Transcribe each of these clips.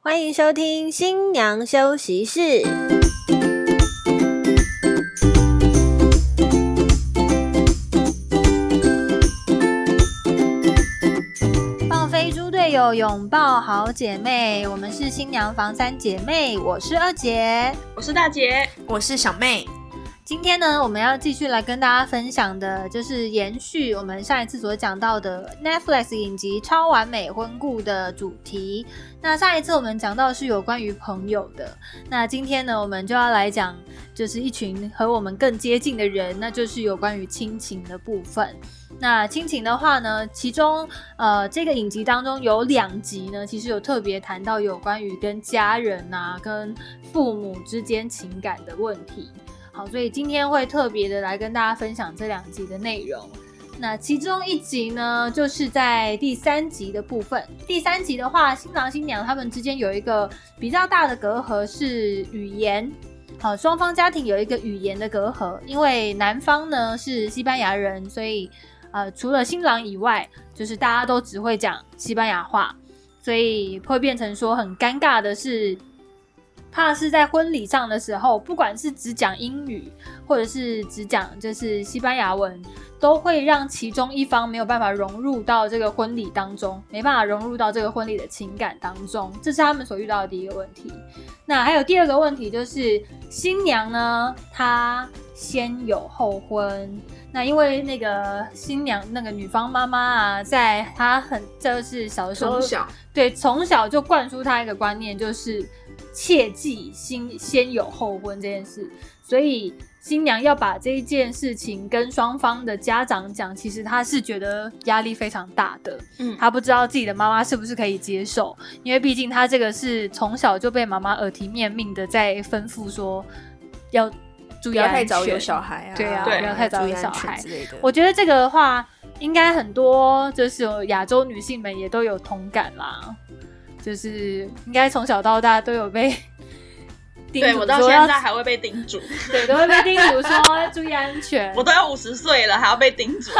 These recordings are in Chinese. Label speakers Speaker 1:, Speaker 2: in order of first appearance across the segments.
Speaker 1: 欢迎收听新娘休息室。放飞猪队友，拥抱好姐妹，我们是新娘房三姐妹，我是二姐。
Speaker 2: 我是大姐，
Speaker 3: 我是小妹，
Speaker 1: 今天呢，我们要继续来跟大家分享的，就是延续我们上一次所讲到的 Netflix 影集《超完美婚故》的主题。那上一次我们讲到是有关于朋友的，那今天呢，我们就要来讲，就是一群和我们更接近的人，那就是有关于亲情的部分。那亲情的话呢，其中呃，这个影集当中有两集呢，其实有特别谈到有关于跟家人啊、跟父母之间情感的问题。好，所以今天会特别的来跟大家分享这两集的内容。那其中一集呢，就是在第三集的部分。第三集的话，新郎新娘他们之间有一个比较大的隔阂是语言。好，双方家庭有一个语言的隔阂，因为男方呢是西班牙人，所以呃，除了新郎以外，就是大家都只会讲西班牙话，所以会变成说很尴尬的是，怕是在婚礼上的时候，不管是只讲英语，或者是只讲就是西班牙文，都会让其中一方没有办法融入到这个婚礼当中，没办法融入到这个婚礼的情感当中，这是他们所遇到的第一个问题。那还有第二个问题就是，新娘呢，她先有后婚。那因为那个新娘那个女方妈妈啊，在她很就是小的时候
Speaker 3: 从小
Speaker 1: 对，从小就灌输他一个观念，就是切记先先有后婚这件事。所以新娘要把这一件事情跟双方的家长讲，其实她是觉得压力非常大的。
Speaker 3: 嗯
Speaker 1: 她不知道自己的妈妈是不是可以接受，因为毕竟她这个是从小就被妈妈耳提面命的在吩咐说要注
Speaker 3: 不
Speaker 1: 意
Speaker 3: 要
Speaker 1: 安全，
Speaker 3: 太早有小孩啊，
Speaker 1: 对啊
Speaker 2: 不
Speaker 1: 要太早有小孩
Speaker 3: 注意安全之类的。
Speaker 1: 我觉得这个的话，应该很多就是有亚洲女性们也都有同感啦，就是应该从小到大都有 被叮
Speaker 2: 对
Speaker 1: 嘱
Speaker 2: 我到
Speaker 1: 说
Speaker 2: 现
Speaker 1: 要
Speaker 2: 在还会被叮嘱，
Speaker 1: 对都会被叮嘱说要注意安 全
Speaker 2: 我。都要五十岁了还要被叮嘱，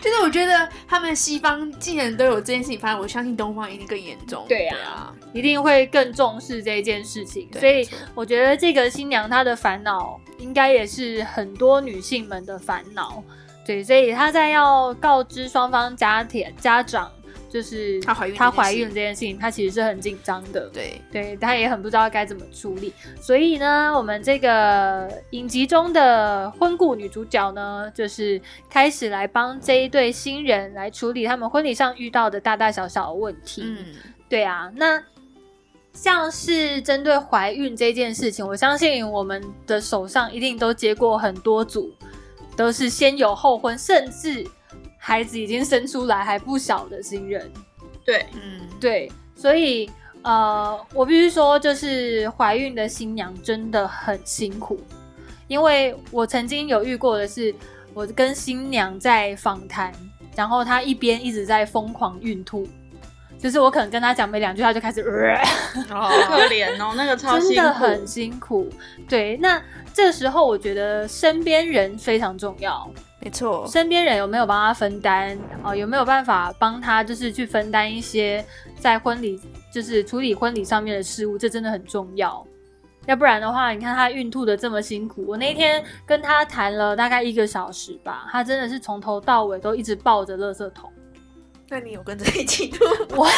Speaker 3: 就是我觉得他们西方既然都有这件事情发生，我相信东方一定更严重。
Speaker 1: 对啊
Speaker 3: 啊，
Speaker 1: 一定会更重视这件事情，
Speaker 3: 对
Speaker 1: 所以
Speaker 3: 没错
Speaker 1: 我觉得这个新娘她的烦恼，应该也是很多女性们的烦恼。对，所以她在要告知双方家庭家长，就是
Speaker 3: 她怀孕
Speaker 1: 她
Speaker 3: 这件
Speaker 1: 怀
Speaker 3: 事
Speaker 1: 孕这件事情，她其实是很紧张的。
Speaker 3: 对，
Speaker 1: 对，他也很不知道该怎么处理。所以呢，我们这个影集中的婚故女主角呢，就是开始来帮这一对新人来处理他们婚礼上遇到的大大小小的问题。，
Speaker 3: 嗯，
Speaker 1: 对啊，那。像是针对怀孕这件事情，我相信我们的手上一定都接过很多组，都是先有后婚，甚至孩子已经生出来还不小的新人。
Speaker 2: 对，
Speaker 3: 嗯，
Speaker 1: 对，所以呃，我必须说，就是怀孕的新娘真的很辛苦，因为我曾经有遇过的是，我跟新娘在访谈，然后她一边一直在疯狂孕吐，就是我可能跟她讲没两句，她就开 始、
Speaker 2: 可
Speaker 3: 哦，
Speaker 2: 怜哦，那个超
Speaker 1: 真
Speaker 2: 辛苦，
Speaker 1: 的很辛苦。对，那这时候我觉得身边人非常重要，
Speaker 3: 没错，
Speaker 1: 身边人有没有帮他分担啊、呃有没有办法帮他就是去分担一些在婚礼就是处理婚礼上面的事物，这真的很重要。要不然的话，你看他孕吐的这么辛苦，我那天跟他谈了大概一个小时吧，他真的是从头到尾都一直抱着垃圾 桶。
Speaker 3: 那你有跟着一起 吐？
Speaker 1: 我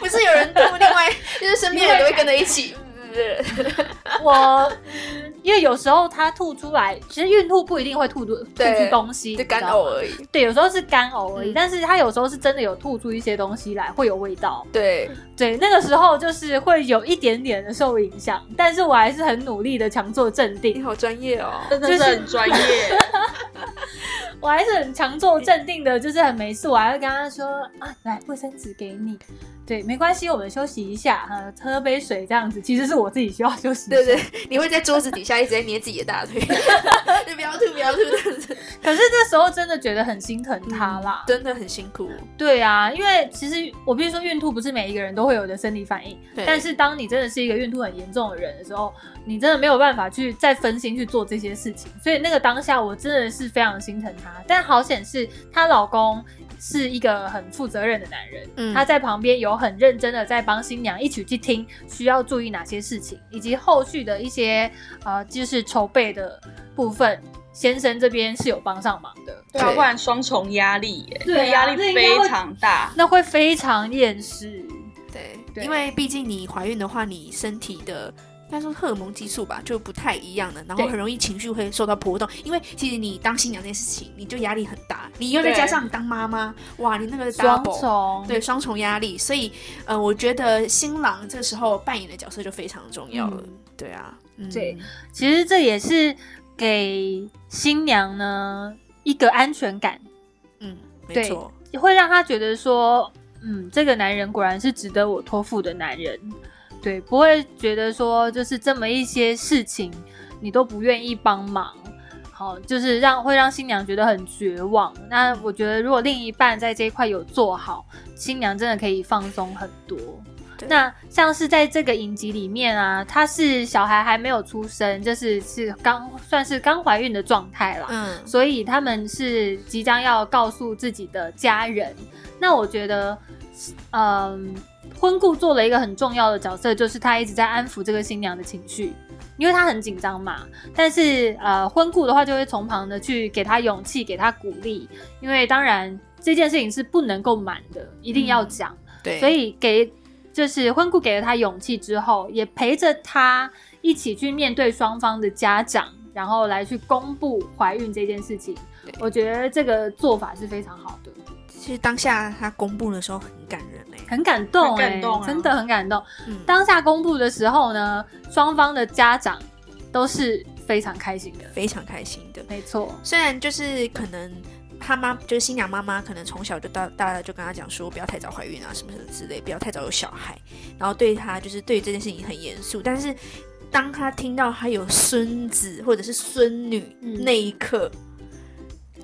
Speaker 3: 不是有人吐，另外 就是身边人都会跟着一起。呃
Speaker 1: 我嗯因为有时候他吐出来，其实孕吐不一定会吐出吐出
Speaker 3: 对
Speaker 1: 东西，
Speaker 3: 就
Speaker 1: 你
Speaker 3: 干
Speaker 1: 知道
Speaker 3: 呕
Speaker 1: 吗
Speaker 3: 而已，
Speaker 1: 对，有时候是干呕而已，
Speaker 3: 嗯
Speaker 1: 但是他有时候是真的有吐出一些东西来，会有味道。
Speaker 3: 对，
Speaker 1: 对，那个时候就是会有一点点的受影响，但是我还是很努力的强做镇
Speaker 3: 你
Speaker 1: 定，
Speaker 3: 好专业哦，
Speaker 2: 真的是 很专业，啊
Speaker 1: 我还是很强做镇定的，就是很没事，我还会跟他说啊，来卫生纸给你，对，没关系，我们休息一下，啊，喝杯水这样子，其实是我自己需要休息一下
Speaker 3: 对对，你会在桌子底下一直在捏自己的大 腿，就不要吐，不要吐，这样子
Speaker 1: 可是这时候真的觉得很心疼他啦，
Speaker 3: 真的很辛苦。
Speaker 1: 对啊，因为其实我必须说，孕吐不是每一个人都会有的生理反应，
Speaker 3: 对
Speaker 1: 但是当你真的是一个孕吐很严重的人的时候，你真的没有办法去再分心去做这些事情，所以那个当下我真的是非常心疼她。但好险是她老公是一个很负责任的男人，
Speaker 3: 嗯
Speaker 1: 他在旁边有很认真的在帮新娘一起去听需要注意哪些事情，以及后续的一些呃就是筹备的部分，先生这边是有帮上忙的，
Speaker 3: 对
Speaker 2: 要不然双重压力耶，
Speaker 1: 对啊
Speaker 2: 这压力
Speaker 1: 那应该会
Speaker 2: 非常大。
Speaker 1: 那会非常厌世。
Speaker 3: 对，
Speaker 1: 对
Speaker 3: 因为毕竟你怀孕的话，你身体的。应该说荷尔蒙激素吧，就不太一样了，然后
Speaker 1: 对
Speaker 3: 很容易情绪会受到波动，因为其实你当新娘这件事情，你就压力很大，你又再
Speaker 2: 对
Speaker 3: 加上你当妈妈，哇，你那个 double
Speaker 1: 双重
Speaker 3: 对双重压力，所以呃，我觉得新郎这时候扮演的角色就非常重要了。
Speaker 1: 嗯
Speaker 3: 对啊，嗯、
Speaker 1: 对其实这也是给新娘呢一个安全感，
Speaker 3: 嗯，没
Speaker 1: 对
Speaker 3: 错，
Speaker 1: 会让她觉得说，嗯，这个男人果然是值得我托付的男人，对，不会觉得说就是这么一些事情你都不愿意帮忙。好，就是让会让新娘觉得很绝望。那我觉得，如果另一半在这一块有做好，新娘真的可以放松很多。
Speaker 3: 对
Speaker 1: 那像是在这个影集里面啊，她是小孩还没有出生，就是是刚算是刚怀孕的状态啦。
Speaker 3: 嗯，
Speaker 1: 所以他们是即将要告诉自己的家人。那我觉得，嗯，婚顾做了一个很重要的角色，就是他一直在安抚这个新娘的情绪，因为她很紧张嘛。但是呃，婚顾的话就会从旁的去给她勇气，给她鼓励，因为当然这件事情是不能够瞒的，一定要讲。
Speaker 3: 对，
Speaker 1: 所以给就是婚顾给了他勇气之后，也陪着他一起去面对双方的家长，然后来去公布怀孕这件事情
Speaker 3: 对。
Speaker 1: 我觉得这个做法是非常好的，
Speaker 3: 其实当下他公布的时候很感人哎、
Speaker 1: 很感动、
Speaker 2: 很
Speaker 1: 欸，
Speaker 2: 感动啊
Speaker 1: 真的很感动。
Speaker 3: 嗯，
Speaker 1: 当下公布的时候呢，双方的家长都是非常开心的，
Speaker 3: 非常开心的。
Speaker 1: 没错，
Speaker 3: 虽然就是可能他妈就是新娘妈妈，可能从小就到大家就跟她讲说不要太早怀孕啊，什么什么之类，不要太早有小孩，然后对她就是对于这件事情很严肃，但是。当她听到她有孙子或者是孙女、
Speaker 1: 嗯
Speaker 3: 那一刻，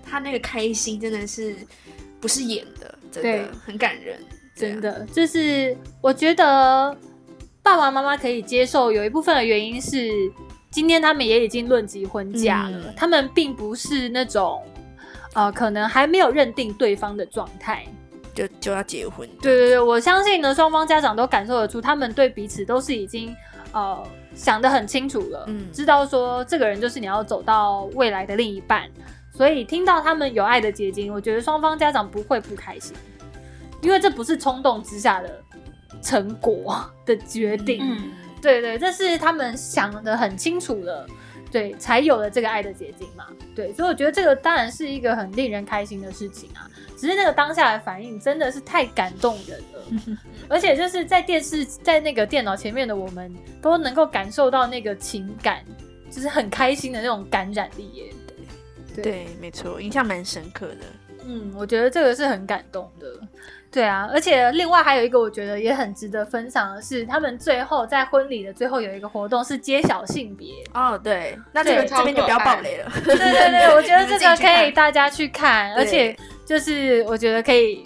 Speaker 3: 她那个开心真的是不是演的，真
Speaker 1: 对
Speaker 3: 的很感人，对啊
Speaker 1: 真的，就是我觉得爸爸妈妈可以接受，有一部分的原因是，今天他们也已经论及婚嫁了，
Speaker 3: 嗯
Speaker 1: 他们并不是那种。呃，可能还没有认定对方的状态。
Speaker 3: 就就要结婚。
Speaker 1: 对对对，我相信呢，双方家长都感受得出，他们对彼此都是已经呃想得很清楚了，
Speaker 3: 嗯
Speaker 1: 知道说这个人就是你要走到未来的另一半。所以听到他们有爱的结晶，我觉得双方家长不会不开心，因为这不是冲动之下的成果的决定。
Speaker 2: 嗯，
Speaker 1: 对对，这是他们想的很清楚了，对，才有了这个爱的结晶嘛。对，所以我觉得这个当然是一个很令人开心的事情啊。只是那个当下的反应真的是太感动人了，而且就是在电视在那个电脑前面的我们都能够感受到那个情感，就是很开心的那种感染力耶。
Speaker 3: 对，没错，印象蛮深刻的。
Speaker 1: 嗯，我觉得这个是很感动的。对啊，而且另外还有一个我觉得也很值得分享的是，他们最后在婚礼的最后有一个活动是揭晓性别。
Speaker 3: 哦，对，那这个
Speaker 1: 对
Speaker 3: 这边就不要爆雷了。
Speaker 1: 对对 对，我觉得
Speaker 3: 你
Speaker 1: 这
Speaker 3: 们自己
Speaker 1: 个
Speaker 3: 去
Speaker 1: 可以
Speaker 3: 看
Speaker 1: 大家去看，而且就是我觉得可以，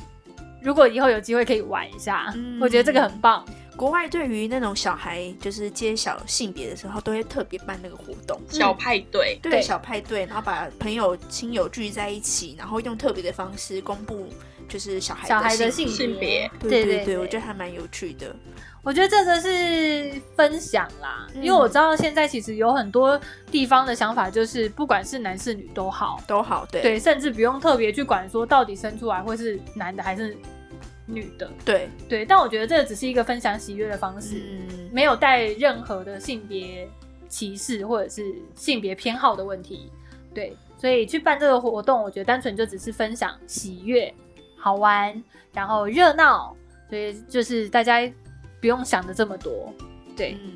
Speaker 1: 如果以后有机会可以玩一下，
Speaker 3: 嗯
Speaker 1: 我觉得这个很棒。
Speaker 3: 国外对于那种小孩就是揭晓性别的时候，都会特别办那个活动，
Speaker 2: 小派对，
Speaker 3: 对
Speaker 1: 对
Speaker 3: 小派对，然后把朋友亲友聚在一起，然后用特别的方式公布就是小孩
Speaker 1: 小孩的
Speaker 3: 性
Speaker 1: 性
Speaker 2: 性
Speaker 3: 别。
Speaker 2: 别
Speaker 3: 对
Speaker 1: 对
Speaker 3: 对
Speaker 1: 对对
Speaker 3: 我觉得还蛮有趣的。
Speaker 1: 我觉得这个是分享啦，
Speaker 3: 嗯
Speaker 1: 因为我知道现在其实有很多地方的想法就是，不管是男是女都好，
Speaker 3: 都好，对
Speaker 1: 对，甚至不用特别去管说到底生出来会是男的还是女的，
Speaker 3: 对，
Speaker 1: 对。但我觉得这只是一个分享喜悦的方式，
Speaker 3: 嗯，
Speaker 1: 没有带任何的性别歧视或者是性别偏好的问题。对，所以去办这个活动，我觉得单纯就只是分享喜悦、好玩，然后热闹，所以就是大家不用想的这么多。对，
Speaker 3: 嗯，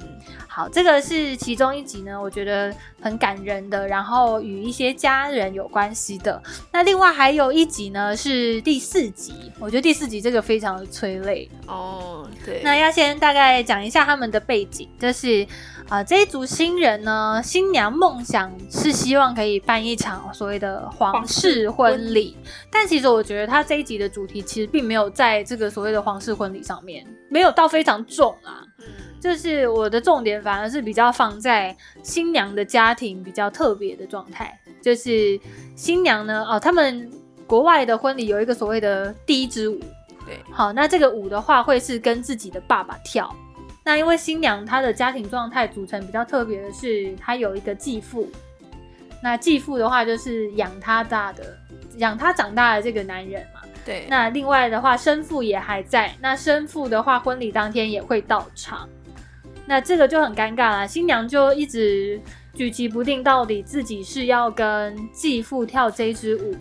Speaker 1: 好，这个是其中一集呢，我觉得很感人的，然后与一些家人有关系的。那另外还有一集呢是第四集，我觉得第四集这个非常的催泪，
Speaker 3: 哦，对，
Speaker 1: 那要先大概讲一下他们的背景，就是啊、呃这一组新人呢，新娘梦想是希望可以办一场所谓的皇室婚礼，但其实我觉得他这一集的主题其实并没有在这个所谓的皇室婚礼上面，没有到非常重啊。
Speaker 3: 嗯
Speaker 1: 就是我的重点反而是比较放在新娘的家庭比较特别的状态，就是新娘呢，哦，他们国外的婚礼有一个所谓的第一支舞，
Speaker 3: 对，
Speaker 1: 好，那这个舞的话会是跟自己的爸爸跳。那因为新娘她的家庭状态组成比较特别的是，她有一个继父。那继父的话就是养她大的、养她长大的这个男人嘛。
Speaker 3: 对，
Speaker 1: 那另外的话，生父也还在。那生父的话，婚礼当天也会到场。那这个就很尴尬啦，新娘就一直举棋不定，到底自己是要跟继父跳这支舞，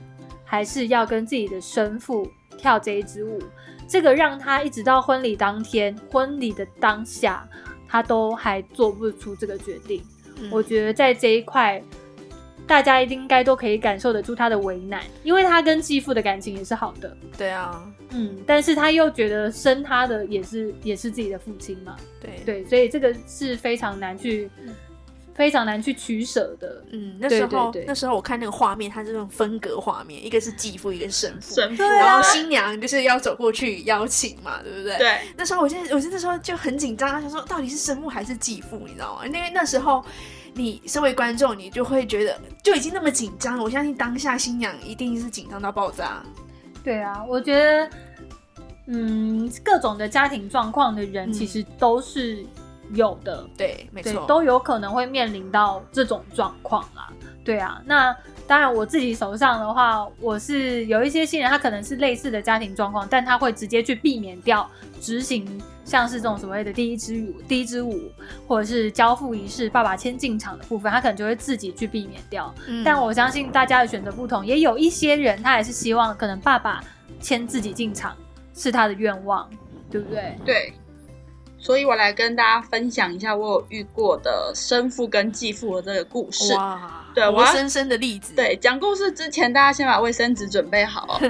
Speaker 1: 还是要跟自己的生父跳这一支舞？这个让她一直到婚礼当天、婚礼的当下，她都还做不出这个决定。
Speaker 3: 嗯
Speaker 1: 我觉得在这一块，大家一定应该都可以感受得出她的为难，因为她跟继父的感情也是好的。
Speaker 3: 对啊，
Speaker 1: 嗯，但是他又觉得生他的也是也是自己的父亲嘛，
Speaker 3: 对，
Speaker 1: 对，嗯所以这个是非常难去非常难去取舍的。
Speaker 3: 嗯，那
Speaker 1: 对
Speaker 3: 时
Speaker 1: 对
Speaker 3: 候
Speaker 1: 对
Speaker 3: 那时候我看那个画面，它是那种分隔画面，一个是继父，一个是
Speaker 1: 嗯
Speaker 3: 生父，
Speaker 2: 神父，
Speaker 3: 然后
Speaker 2: 对
Speaker 3: 新娘就是要走过去邀请嘛，对不对？。
Speaker 2: 对
Speaker 3: 那时候我记得，我记得那时候就很紧张，想说到底是生父还是继父，你知道吗？因为那时候你身为观众，你就会觉得就已经那么紧张了，我相信当下新娘一定是紧张到爆炸。
Speaker 1: 对啊，我觉得，嗯，各种的家庭状况的人
Speaker 3: 嗯
Speaker 1: 其实都是有的，
Speaker 3: 对，没
Speaker 1: 对
Speaker 3: 错，，
Speaker 1: 都有可能会面临到这种状况啦。对啊，那当然我自己手上的话，我是有一些新人，他可能是类似的家庭状况，但他会直接去避免掉执行像是这种所谓的第一支舞、第一支舞，或者是交付仪式、爸爸先进场的部分，他可能就会自己去避免掉。
Speaker 3: 嗯
Speaker 1: 但我相信大家的选择不同，也有一些人他也是希望可能爸爸牵自己进场是他的愿望，对不对？
Speaker 2: 对。所以我来跟大家分享一下我有遇过的生父跟继父的这个故事。
Speaker 3: 哇，
Speaker 2: 对我
Speaker 3: 活
Speaker 2: 要
Speaker 3: 生生的例子，，
Speaker 2: 对，讲故事之前，大家先把卫生纸准 备好哦。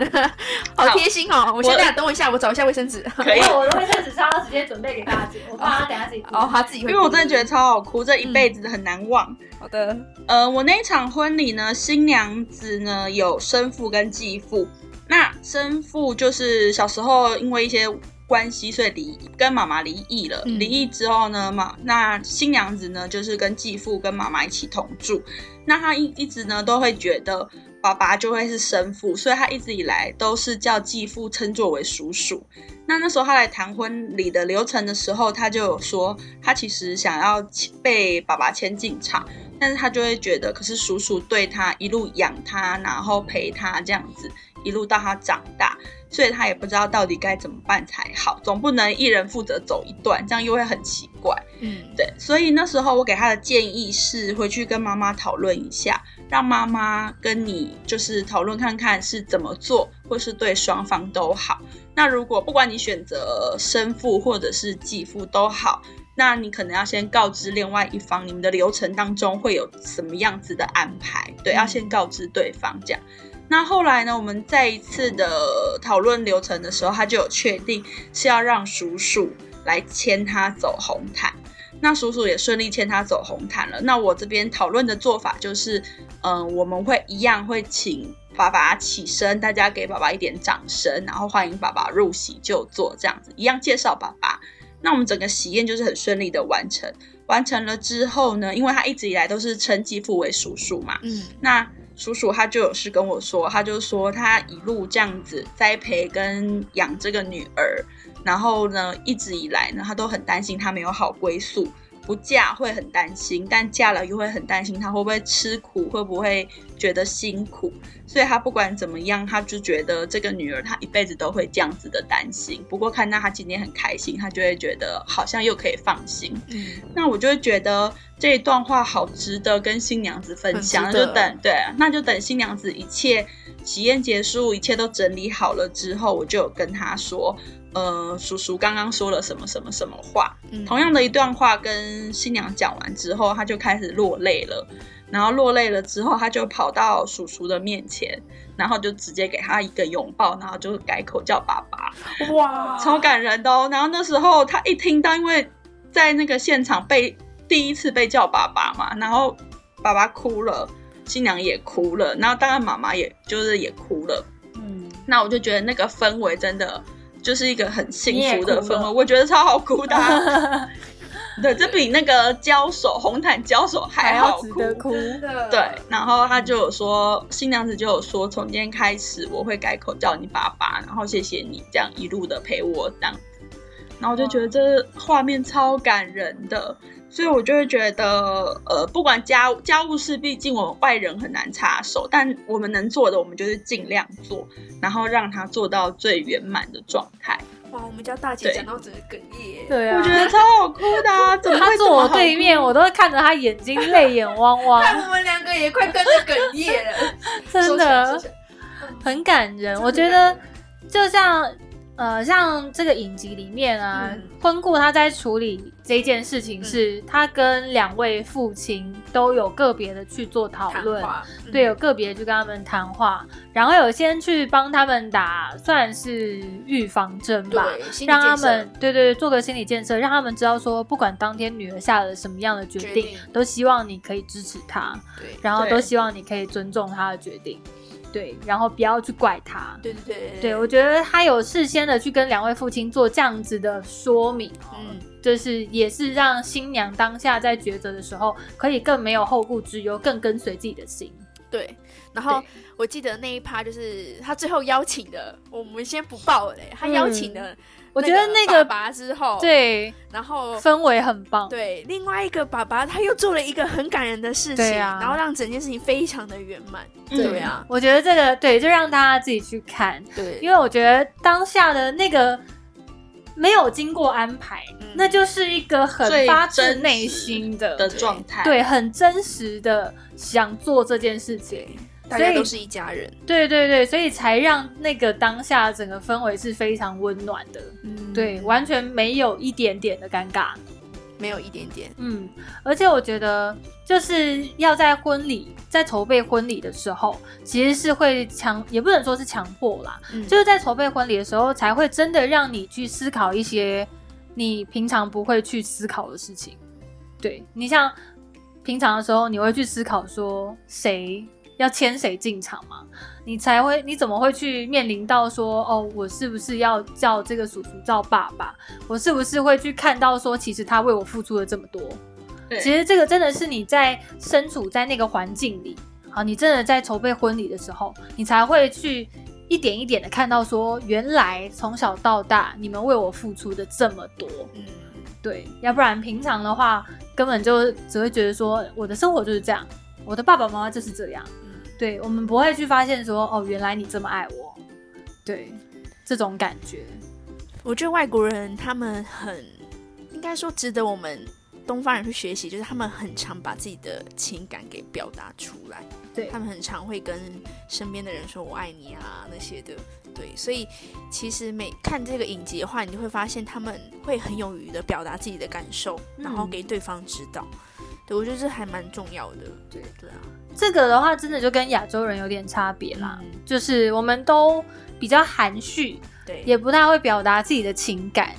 Speaker 3: 好
Speaker 2: 好
Speaker 3: 贴心哦。我先等下等我一下，我找一下卫生纸。
Speaker 2: 可以
Speaker 1: 因为我的卫生纸是要直接准备给大姐，我怕她等下自己哭
Speaker 3: 哦，他自己
Speaker 2: 因
Speaker 3: 会，
Speaker 2: 为我真的觉得超好哭，这一辈子很难忘。
Speaker 3: 好的，
Speaker 2: 呃，我那一场婚礼呢，新娘子呢有生父跟继父。那生父就是小时候因为一些关系，所以离跟妈妈离异了。
Speaker 3: 嗯
Speaker 2: 离异之后呢，妈那新娘子呢就是跟继父跟妈妈一起同住。那她一一直呢都会觉得爸爸就会是生父，所以她一直以来都是叫继父称作为叔叔。那那时候她来谈婚礼的流程的时候，她就有说她其实想要被爸爸牵进场。但是他就会觉得，可是叔叔对他一路养他，然后陪他这样子，一路到他长大，所以他也不知道到底该怎么办才好，总不能一人负责走一段，这样又会很奇怪。
Speaker 3: 嗯，
Speaker 2: 对，所以那时候我给他的建议是回去跟妈妈讨论一下，让妈妈跟你就是讨论看看是怎么做，或是对双方都好。那如果不管你选择生父或者是继父都好，那你可能要先告知另外一方，你们的流程当中会有什么样子的安排，对，要先告知对方这样。那后来呢，我们再一次的讨论流程的时候，他就有确定是要让叔叔来牵他走红毯。那叔叔也顺利牵他走红毯了。那我这边讨论的做法就是，嗯、我们会一样会请爸爸起身，大家给爸爸一点掌声，然后欢迎爸爸入席就坐，这样子一样介绍爸爸。那我们整个喜宴就是很顺利的完成。完成了之后呢，因为他一直以来都是称继父为叔叔嘛，
Speaker 3: 嗯，
Speaker 2: 那叔叔他就有事跟我说，他就说他一路这样子栽培跟养这个女儿，然后呢，一直以来呢，他都很担心她没有好归宿，不嫁会很担心，但嫁了又会很担心她会不会吃苦，会不会觉得辛苦，所以他不管怎么样，他就觉得这个女儿她一辈子都会这样子的担心。不过看到她今天很开心，他就会觉得好像又可以放心。
Speaker 3: 嗯，
Speaker 2: 那我就会觉得这一段话好值得跟新娘子分享，那
Speaker 3: 很值
Speaker 2: 就
Speaker 3: 得
Speaker 2: 等对，啊那就等新娘子一切喜宴结束，一切都整理好了之后，我就有跟她说，呃，叔叔刚刚说了什么什么什么话，
Speaker 3: 嗯
Speaker 2: 同样的一段话跟新娘讲完之后，她就开始落泪了。然后落泪了之后，她就跑到叔叔的面前，然后就直接给他一个拥抱，然后就改口叫爸爸。
Speaker 3: 哇，
Speaker 2: 超感人的哦。然后那时候他一听到，因为在那个现场被第一次被叫爸爸嘛，然后爸爸哭了，新娘也哭了，然后当然妈妈也就是也哭了。
Speaker 1: 嗯，
Speaker 2: 那我就觉得那个氛围真的就是一个很幸福的
Speaker 1: 你也哭
Speaker 2: 氛围，
Speaker 1: 了
Speaker 2: 我觉得超好哭的啊、对，这比那个交手红毯交手还
Speaker 1: 要
Speaker 2: 好
Speaker 1: 值
Speaker 2: 哭。
Speaker 1: 得哭。
Speaker 3: 真的
Speaker 2: 对，然后他就有说，新娘子就有说，从今天开始我会改口叫你爸爸，然后谢谢你这样一路的陪我这样。然后我就觉得这画面超感人的，所以我就会觉得，呃，不管家家务事，毕竟我们外人很难插手，但我们能做的，我们就是尽量做，然后让他做到最圆满的状态。
Speaker 3: 哇，我们家大姐
Speaker 2: 对
Speaker 3: 讲到整个哽咽。
Speaker 1: 对啊，
Speaker 2: 我觉得超好哭的、啊，怎么会
Speaker 1: 他
Speaker 2: 这
Speaker 1: 坐
Speaker 2: 么
Speaker 1: 我
Speaker 2: 好
Speaker 1: 对
Speaker 2: 哭
Speaker 1: 面，我都会看着他眼睛泪眼汪 汪，
Speaker 3: 看我们两个也快跟着哽咽了，
Speaker 1: 真
Speaker 3: 收起来
Speaker 1: 的。
Speaker 3: 收起来
Speaker 1: 很感人。
Speaker 3: 真的
Speaker 1: 我觉得就像呃，像这个影集里面啊，
Speaker 3: 嗯
Speaker 1: 婚顾他在处理这件事情是，他跟两位父亲都有个别的去做讨
Speaker 3: 谈
Speaker 1: 论。
Speaker 3: 话嗯
Speaker 1: 对，有个别去跟他们谈话，然后有先去帮他们打算是预防针吧，
Speaker 3: 对，心理
Speaker 1: 让他
Speaker 3: 建设
Speaker 1: 们对对对做个心理建设，让他们知道说，不管当天女儿下了什么样的决
Speaker 3: 决
Speaker 1: 定，
Speaker 3: 定
Speaker 1: 都希望你可以支持她，
Speaker 3: 对
Speaker 1: 然后
Speaker 2: 对
Speaker 1: 都希望你可以尊重她的决定，对，然后不要去怪她。
Speaker 3: 对对对
Speaker 1: 对，我觉得他有事先的去跟两位父亲做这样子的说明哦，
Speaker 3: 嗯
Speaker 1: 就是也是让新娘当下在抉择的时候，可以更没有后顾之忧，更跟随自己的心。
Speaker 3: 对。然后
Speaker 1: 对
Speaker 3: 我记得那一趴就是他最后邀请的，我们先不报嘞，他
Speaker 1: 嗯
Speaker 3: 邀请的，
Speaker 1: 我觉得那
Speaker 3: 个
Speaker 1: 个
Speaker 3: 爸爸之后，，
Speaker 1: 对，
Speaker 3: 然后
Speaker 1: 氛围很棒。
Speaker 3: 对，另外一个爸爸他又做了一个很感人的事情，
Speaker 1: 对啊
Speaker 3: 然后让整件事情非常的圆满。对
Speaker 2: 嗯
Speaker 3: 啊，
Speaker 1: 我觉得这个对，就让大家自己去看，
Speaker 3: 对，
Speaker 1: 因为我觉得当下的那个没有经过安排，
Speaker 3: 嗯
Speaker 1: 那就是一个很
Speaker 2: 最
Speaker 1: 发自
Speaker 2: 真实
Speaker 1: 内心的，
Speaker 2: 的状态，
Speaker 1: 对，很真实的想做这件事情。
Speaker 3: 对，大
Speaker 1: 所
Speaker 3: 家
Speaker 1: 以
Speaker 3: 都是一家人。
Speaker 1: 对对对，所以才让那个当下整个氛围是非常温暖的，
Speaker 3: 嗯
Speaker 1: 对，完全没有一点点的尴尬，
Speaker 3: 没有一点点。
Speaker 1: 嗯，而且我觉得就是要在婚礼在筹备婚礼的时候，其实是会强，也不能说是强迫啦，
Speaker 3: 嗯
Speaker 1: 就是在筹备婚礼的时候，才会真的让你去思考一些你平常不会去思考的事情。对你像平常的时候，你会去思考说谁要牵谁进场嘛？你才会你怎么会去面临到说哦，我是不是要叫这个叔叔叫爸爸？我是不是会去看到说，其实他为我付出了这么多？
Speaker 2: 对
Speaker 1: 其实这个真的是你在身处在那个环境里，好，你真的在筹备婚礼的时候，你才会去一点一点的看到说，原来从小到大你们为我付出的这么多，
Speaker 3: 嗯，
Speaker 1: 对，要不然平常的话根本就只会觉得说我的生活就是这样，我的爸爸妈妈就是这样，
Speaker 3: 嗯
Speaker 1: 对我们不会去发现说，哦，原来你这么爱我，对，这种感觉，
Speaker 3: 我觉得外国人他们很，应该说值得我们东方人去学习，就是他们很常把自己的情感给表达出来。
Speaker 1: 对
Speaker 3: 他们很常会跟身边的人说“我爱你”啊那些的。对，所以其实每看这个影集的话，你就会发现他们会很勇于的表达自己的感受，
Speaker 1: 嗯
Speaker 3: 然后给对方知道。对，我觉得这还蛮重要的。
Speaker 1: 对
Speaker 3: 对啊，
Speaker 1: 这个的话真的就跟亚洲人有点差别啦，
Speaker 3: 嗯
Speaker 1: 就是我们都比较含蓄，
Speaker 3: 对，
Speaker 1: 也不太会表达自己的情感。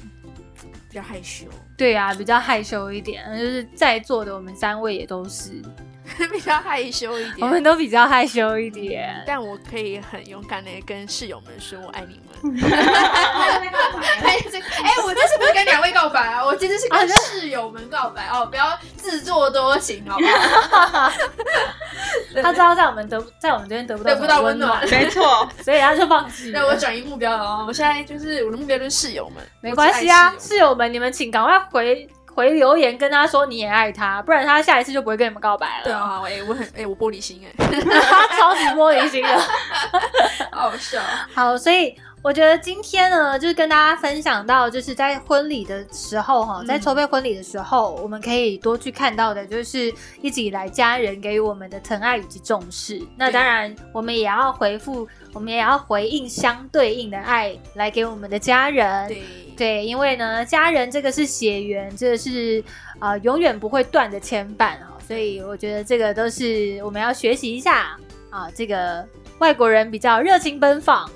Speaker 3: 比较害羞，
Speaker 1: 对啊，比较害羞一点，就是在座的我们三位也都是，
Speaker 3: 比较害羞一
Speaker 1: 我
Speaker 3: 点。
Speaker 1: 们都比较害羞一点。
Speaker 3: 但我可以很勇敢的跟室友们说我爱你们。 哎，这个哎，我这是不是跟两位告白啊？我今天是跟室友们告白哦，不要自作多情，好不 好？
Speaker 1: 他知道在我们得在我们这边得不到
Speaker 3: 得不到
Speaker 1: 什么
Speaker 3: 温
Speaker 1: 温
Speaker 3: 暖
Speaker 2: 没错，
Speaker 1: 所以他就放 弃了。
Speaker 3: 那我转移目标了哦，我现在就是我的目标就是室友们，
Speaker 1: 没关系啊
Speaker 3: 我，只爱室
Speaker 1: 室友们，你们请赶快回回留言跟他说你也爱他，不然他下一次就不会跟你们告白了。
Speaker 3: 友们。对，啊，哎，我很哎，我玻璃心哎，
Speaker 1: 他超级玻璃心的。
Speaker 3: 好好 笑。
Speaker 1: 好，所以我觉得今天呢，就是跟大家分享到，就是在婚礼的时候哈，
Speaker 3: 嗯
Speaker 1: 在筹备婚礼的时候，我们可以多去看到的，就是一直以来家人给予我们的疼爱以及重视。那
Speaker 3: 对
Speaker 1: 当然，我们也要回复，我们也要回应相对应的爱来给我们的家人。
Speaker 3: 对
Speaker 1: 对，因为呢，家人这个是血缘，这个是呃永远不会断的牵绊哈、所以我觉得这个都是我们要学习一下啊。这个外国人比较热情奔放，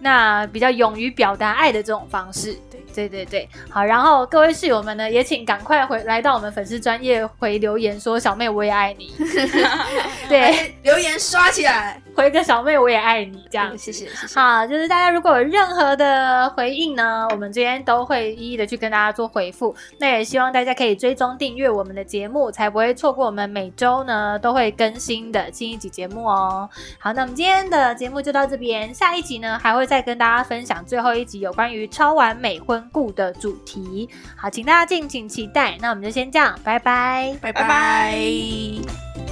Speaker 1: 那比较勇于表达爱的这种方式，
Speaker 3: 对，
Speaker 1: 对对对，好，然后各位室友们呢，也请赶快回来到我们粉丝专业回留言说小妹我也爱你，对，
Speaker 3: 哎留言刷起来，
Speaker 1: 回个小妹我也爱你这样
Speaker 3: 嗯。谢谢谢谢。
Speaker 1: 好，就是大家如果有任何的回应呢，我们这边都会一一的去跟大家做回复。那也希望大家可以追踪订阅我们的节目，才不会错过我们每周呢都会更新的新一集节目哦。好，那我们今天的节目就到这边，下一集呢还会再跟大家分享最后一集有关于超完美婚故的主题。好，请大家敬请期待。那我们就先这样，拜拜。
Speaker 3: 拜
Speaker 2: 拜
Speaker 3: 拜。